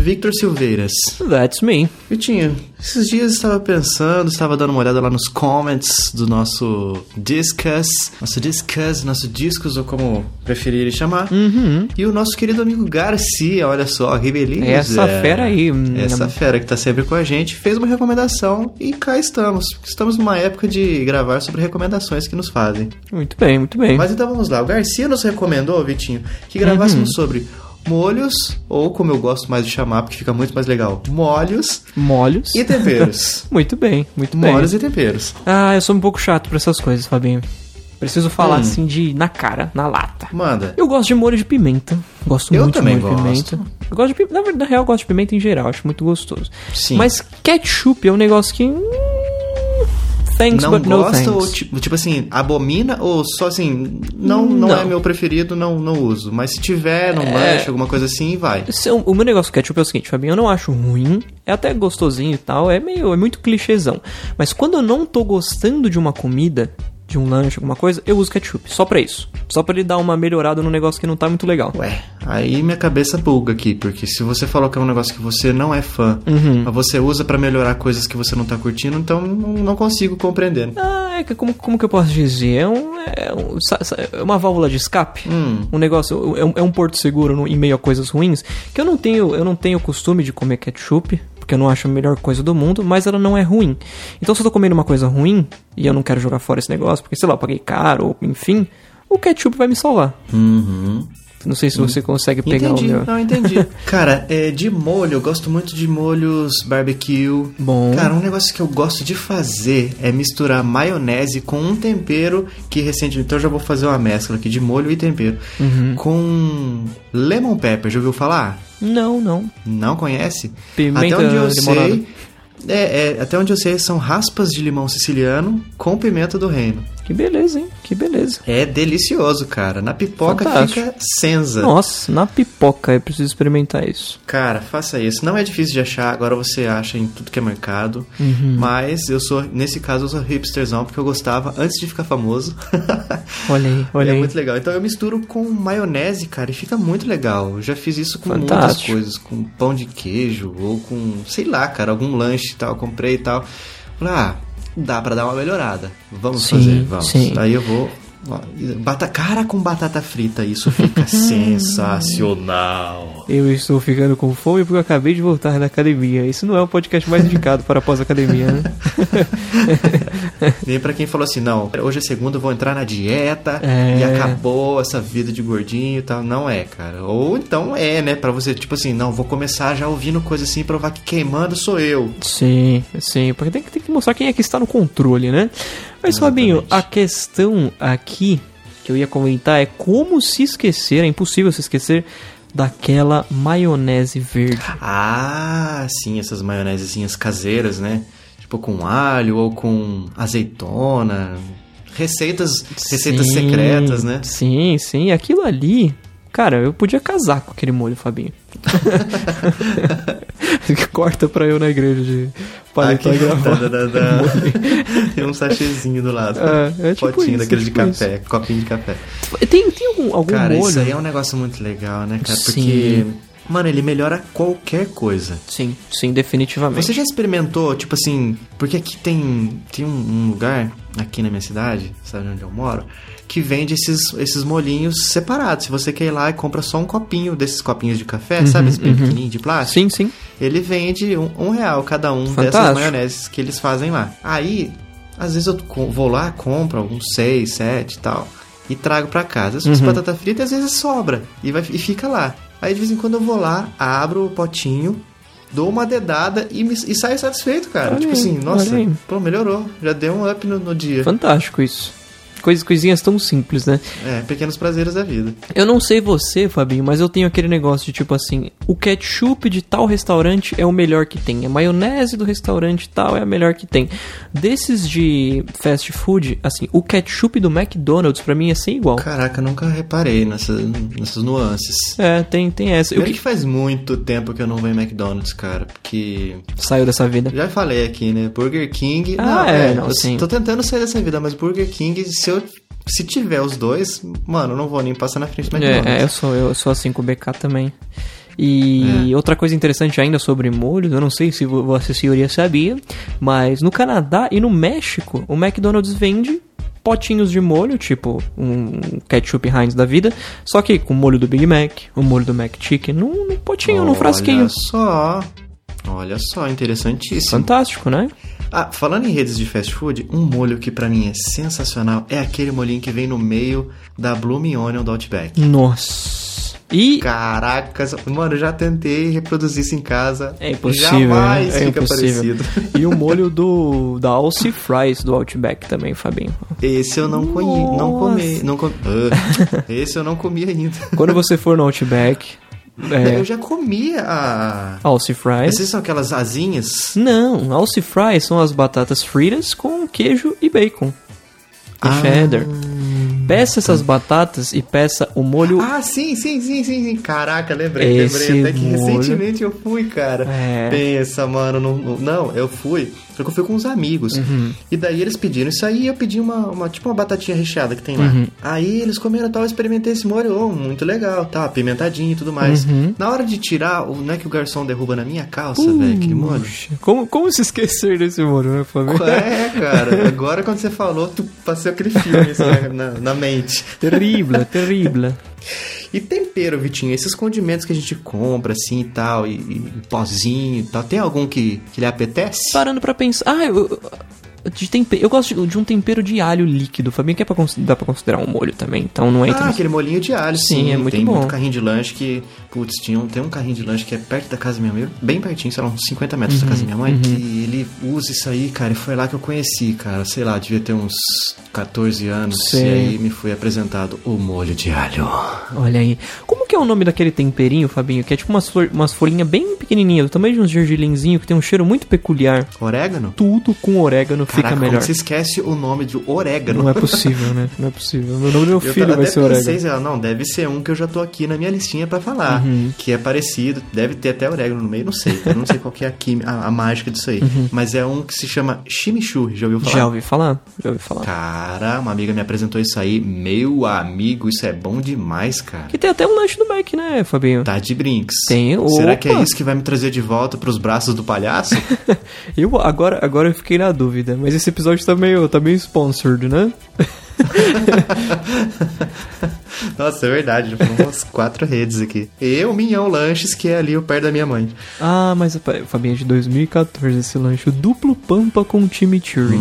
Victor Silveiras. That's me. Vitinho, esses dias eu estava pensando, estava dando uma olhada lá nos comments do nosso Discuss, nosso Discuss, nosso Discos, ou como preferirem chamar. Uhum. E o nosso querido amigo Garcia, olha só, Ribeirinho. Essa fera aí. é. hum, Essa fera que tá sempre com a gente, fez uma recomendação e cá estamos. Estamos numa época de gravar sobre recomendações que nos fazem. Muito bem, muito bem. Mas então vamos lá. O Garcia nos recomendou, Vitinho, que gravássemos Uhum. sobre molhos, ou como eu gosto mais de chamar, porque fica muito mais legal, molhos Molhos. e temperos. Muito bem, muito bem. molhos e temperos. Ah, eu sou um pouco chato pra essas coisas, Fabinho. Preciso Hum. falar assim de na cara, na lata. Manda. Eu gosto de molho de pimenta. Gosto Eu muito também de molho gosto. de pimenta. Eu gosto de pimenta. Na verdade, na real, eu gosto de pimenta em geral. Acho muito gostoso. Sim. Mas ketchup é um negócio que. hum, Thanks, Não but no gosta thanks. ou tipo, tipo assim, abomina ou só assim, não, não, Não. É. é meu preferido, não, não uso. Mas se tiver, não lanche, alguma coisa assim, vai. Se eu- O meu negócio com ketchup é o seguinte, Fabinho, eu não acho ruim, é até gostosinho e tal, é meio, é muito clichêzão. Mas quando eu não tô gostando de uma comida, de um lanche, alguma coisa, eu uso ketchup, só pra isso. Só pra ele dar uma melhorada no negócio que não tá muito legal. Ué, aí minha cabeça pulga aqui, porque se você falou que é um negócio que você não é fã, Uhum. mas você usa pra melhorar coisas que você não tá curtindo, então não, não consigo compreender. Ah, é que como, como que eu posso dizer? É, um, é, um- sa- sa- é uma válvula de escape. Um negócio, é um, é um porto seguro no- em meio a coisas ruins. Que eu não tenho, eu não tenho costume de comer ketchup, porque eu não acho a melhor coisa do mundo, mas ela não é ruim. Então se eu tô comendo uma coisa ruim e eu não quero jogar fora esse negócio, porque sei lá, eu paguei caro, ou enfim, o ketchup vai me salvar. Não sei se você consegue pegar entendi, o meu. não entendi. Cara, é, de molho, eu gosto muito de molhos barbecue. Bom. Cara, um negócio que eu gosto de fazer é misturar maionese com um tempero que recentemente. Então eu já vou fazer uma mescla aqui de molho e tempero. Com lemon pepper, já ouviu falar? Não, não. Não conhece? Pimenta até onde eu limonada. sei. É, é, até onde eu sei são raspas de limão siciliano com pimenta do reino. Que beleza, hein? Que beleza. É delicioso, cara. Na pipoca Fantástico. fica senza. Nossa, na pipoca, eu preciso experimentar isso. Cara, faça isso. Não é difícil de achar, agora você acha em tudo que é mercado. Hum. Mas eu sou, nesse caso, eu sou hipsterzão, porque eu gostava antes de ficar famoso. Olha aí, olha é aí. muito legal. Então eu misturo com maionese, cara, e fica muito legal. Eu já fiz isso com muitas Fantástico. coisas, com pão de queijo ou com, sei lá, cara, algum lanche e tal, comprei e tal. Falei, ah, dá pra dar uma melhorada. Vamos Sim, fazer, vamos. sim. Aí eu vou. ó, Bata, cara com batata frita, isso fica sensacional. Eu estou ficando com fome porque eu acabei de voltar da academia. Isso não é o podcast mais indicado para pós-academia, né? E pra quem falou assim, não, hoje é segunda, eu vou entrar na dieta É. e acabou essa vida de gordinho e tal. Não é, cara. Ou então é, né? Pra você, tipo assim, não, vou começar já ouvindo coisa assim, provar que queimando sou eu. Sim, sim. Porque tem que, tem que mostrar quem é que está no controle, né? Mas, Fabinho, a questão aqui que eu ia comentar é como se esquecer, é impossível se esquecer, daquela maionese verde. Ah, sim, essas maionesezinhas caseiras, né? Tipo com alho ou com azeitona. Receitas, receitas Sim, secretas, né? Sim, sim. Aquilo ali, cara, eu podia casar com aquele molho, Fabinho. Corta pra eu na igreja de paletó e gravata. tadadadá. Tem um sachêzinho do lado. É, é tipo Potinho isso, daquele é de tipo isso. café, copinho de café. Tem, tem algum, algum Cara, molho? isso aí é um negócio muito legal, né, cara? Porque, Sim. mano, ele melhora qualquer coisa. Sim, sim, definitivamente. um Você já experimentou, tipo assim, porque aqui tem, tem um, um lugar, aqui na minha cidade, sabe onde eu moro, que vende esses, esses molhinhos separados. Se você quer ir lá e compra só um copinho desses copinhos de café, sabe? Uhum, Esse bem pequenininho de plástico. Sim, sim. Ele vende um, um real cada um dessas Fantástico. maioneses que eles fazem lá. Aí, às vezes eu co- vou lá, compro alguns seis, sete e tal, e trago pra casa. As Uhum. batata frita às vezes sobra e, vai, e fica lá. Aí de vez em quando eu vou lá, abro o potinho, dou uma dedada e, me- e saio satisfeito, cara. Olha tipo aí, assim, nossa, olha aí. pô, melhorou. Já deu um up no, no dia. Fantástico isso. Coisas, coisinhas tão simples, né? É, pequenos prazeres da vida. Eu não sei você, Fabinho, mas eu tenho aquele negócio de tipo assim: o ketchup de tal restaurante é o melhor que tem. A maionese do restaurante tal é a melhor que tem. Desses de fast food, assim, o ketchup do McDonald's pra mim é sem igual. Caraca, eu nunca reparei nessas, nessas nuances. É, tem, tem essa. Eu Eu que que faz muito tempo que eu não vou em McDonald's, cara, porque saiu dessa vida. Já falei aqui, né? Burger King. Ah, não, é, é, não, eu sim. Tô tentando sair dessa vida, mas Burger King, se eu. Se tiver os dois, mano, eu não né? vou nem passar na frente do McDonald's. É, é, eu sou, eu sou assim com o BK também. E é. outra coisa interessante ainda sobre molhos, eu não sei se você senhoria sabia, mas no Canadá e no México, o McDonald's vende potinhos de molho, tipo um ketchup Heinz da vida, só que com molho do Big Mac, o molho do Mac Chicken, num, num potinho, Olha num frasquinho. só. Olha só, interessantíssimo. Fantástico, né? Ah, falando em redes de fast food, um molho que pra mim é sensacional é aquele molhinho que vem no meio da Blooming Onion do Outback. Nossa. E Caracas, mano, eu já tentei reproduzir isso em casa. É impossível, Jamais né? É fica impossível. parecido. E o molho do da Alce Fries do Outback também, Fabinho. Esse eu não comi, não comi, Nossa. não comi. Ah, esse eu não comi ainda. Quando você for no Outback, é, Eu já comi a. Alce Fries. Essas são aquelas Hum, asinhas? Não, Alce Fries são as batatas fritas com queijo e bacon. E Ah. cheddar. Peça essas batatas e peça o molho. Ah, sim, sim, sim, sim, sim. Caraca, lembrei, Esse lembrei. Até que molho. recentemente eu fui, cara. É. Pensa, mano. Não, não, não, eu fui. Só que eu fui com uns amigos. Uhum. E daí eles pediram isso aí. Eu pedi uma, uma tipo uma batatinha recheada que tem lá. Uhum. Aí eles comeram tal. Eu experimentei esse molho. Oh, muito legal, tá? Apimentadinho e tudo mais. Uhum. Na hora de tirar, o- não é que o garçom derruba na minha calça, Uh, velho, aquele molho? Puxa, Como, como se esquecer desse molho, né, Fabinho? É, cara. Agora quando você falou, tu passou aquele filme assim, na- na- na mente. é Terrível, terrível. E tempero, Vitinho? Esses condimentos que a gente compra, assim, e tal, e, e pozinho e tal. Tem algum que, que lhe apetece? Parando pra pensar. Ah, eu. eu- De tempero, eu gosto de, de um tempero de alho líquido, Fabinho, que é pra, cons- dá pra considerar um molho também, então não entra Ah, nesse- aquele molinho de alho, sim. Sim, é muito tem bom. muito carrinho de lanche que... Putz, tinha um, tem um carrinho de lanche que é perto da casa da minha mãe, bem pertinho, sei lá, uns 50 metros da casa da minha mãe. Uhum. E ele usa isso aí, cara, e foi lá que eu conheci, cara. Sei lá, devia ter uns 14 anos. Sim. E aí me foi apresentado o molho de alho. Olha aí. Como que é o nome daquele temperinho, Fabinho? Que é tipo umas, flor, umas folhinhas bem pequenininhas, do tamanho de uns gergelinzinho, que tem um cheiro muito peculiar. Orégano? Tudo com orégano fica Caraca, melhor. como você esquece o nome do orégano? Não é possível, né? Não é possível. Meu nome do meu Eu filho até vai ser pensei, orégano. sei lá, não, deve ser um que eu já tô aqui na minha listinha pra falar, Uhum. que é parecido, deve ter até orégano no meio, não sei, eu não sei qual que é a, quimi- a, a mágica disso aí, mas é um que se chama chimichurri, já ouviu falar? Uhum. Tá. Já ouvi falar? Já ouvi falar. Cara, uma amiga me apresentou isso aí, meu amigo, isso é bom demais, cara. Que tem até um lanche do Mac, né, Fabinho? Tá de brinks. Tem, Será que é opa. isso que vai me trazer de volta pros braços do palhaço? Eu agora, agora eu fiquei na dúvida, mas esse episódio tá meio, tá meio sponsored, né? Nossa, é verdade, já foram umas quatro redes aqui. Eu, Minhão Lanches, que é ali o pé da minha mãe. Ah, mas pa- Fabinho é de 2014 esse lanche. O duplo pampa com chimichurri.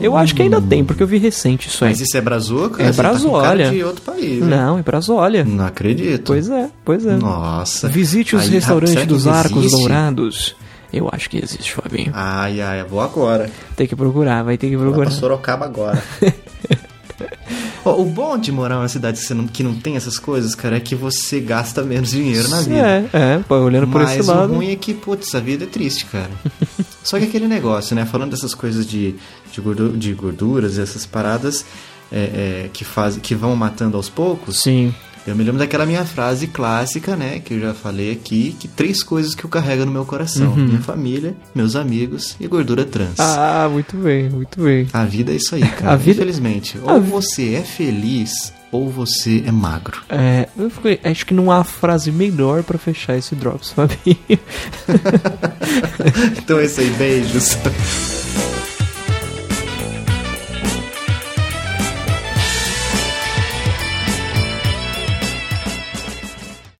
Eu acho que ainda tem, porque eu vi recente isso aí. Uhum. Mas isso é brazuca? É Você tá com cara Brazuolha. de outro país. hein? Não, é Brasólia. Não acredito. Pois é, pois é. Nossa. Visite os Aí, será restaurantes que dos Arcos existe? Dourados. Eu acho que existe, Fabinho. Ai, ai, eu vou agora. Tem que procurar, vai ter que Vou pra procurar. Sorocaba agora. Ó, o bom de morar numa cidade que, você não, que não tem essas coisas, cara, é que você gasta menos dinheiro na vida. É, é, pô, olhando por Mas esse o lado. ruim é que, putz, a vida é triste, cara. Só que aquele negócio, né? Falando dessas coisas de, de, gordu- de gorduras, essas paradas é, é, que, faz, que vão matando aos poucos, Sim. Eu me lembro daquela minha frase clássica, né? Que eu já falei aqui, que três coisas que eu carrego no meu coração. Minha família, meus amigos e gordura trans. Uhum. Ah, muito bem, muito bem. A vida é isso aí, cara. A vida- Infelizmente. A Ou vi- você é feliz, ou você é magro. É, eu fiquei- acho que não há frase melhor pra fechar esse Drops, Fabinho. Então é isso aí, beijos.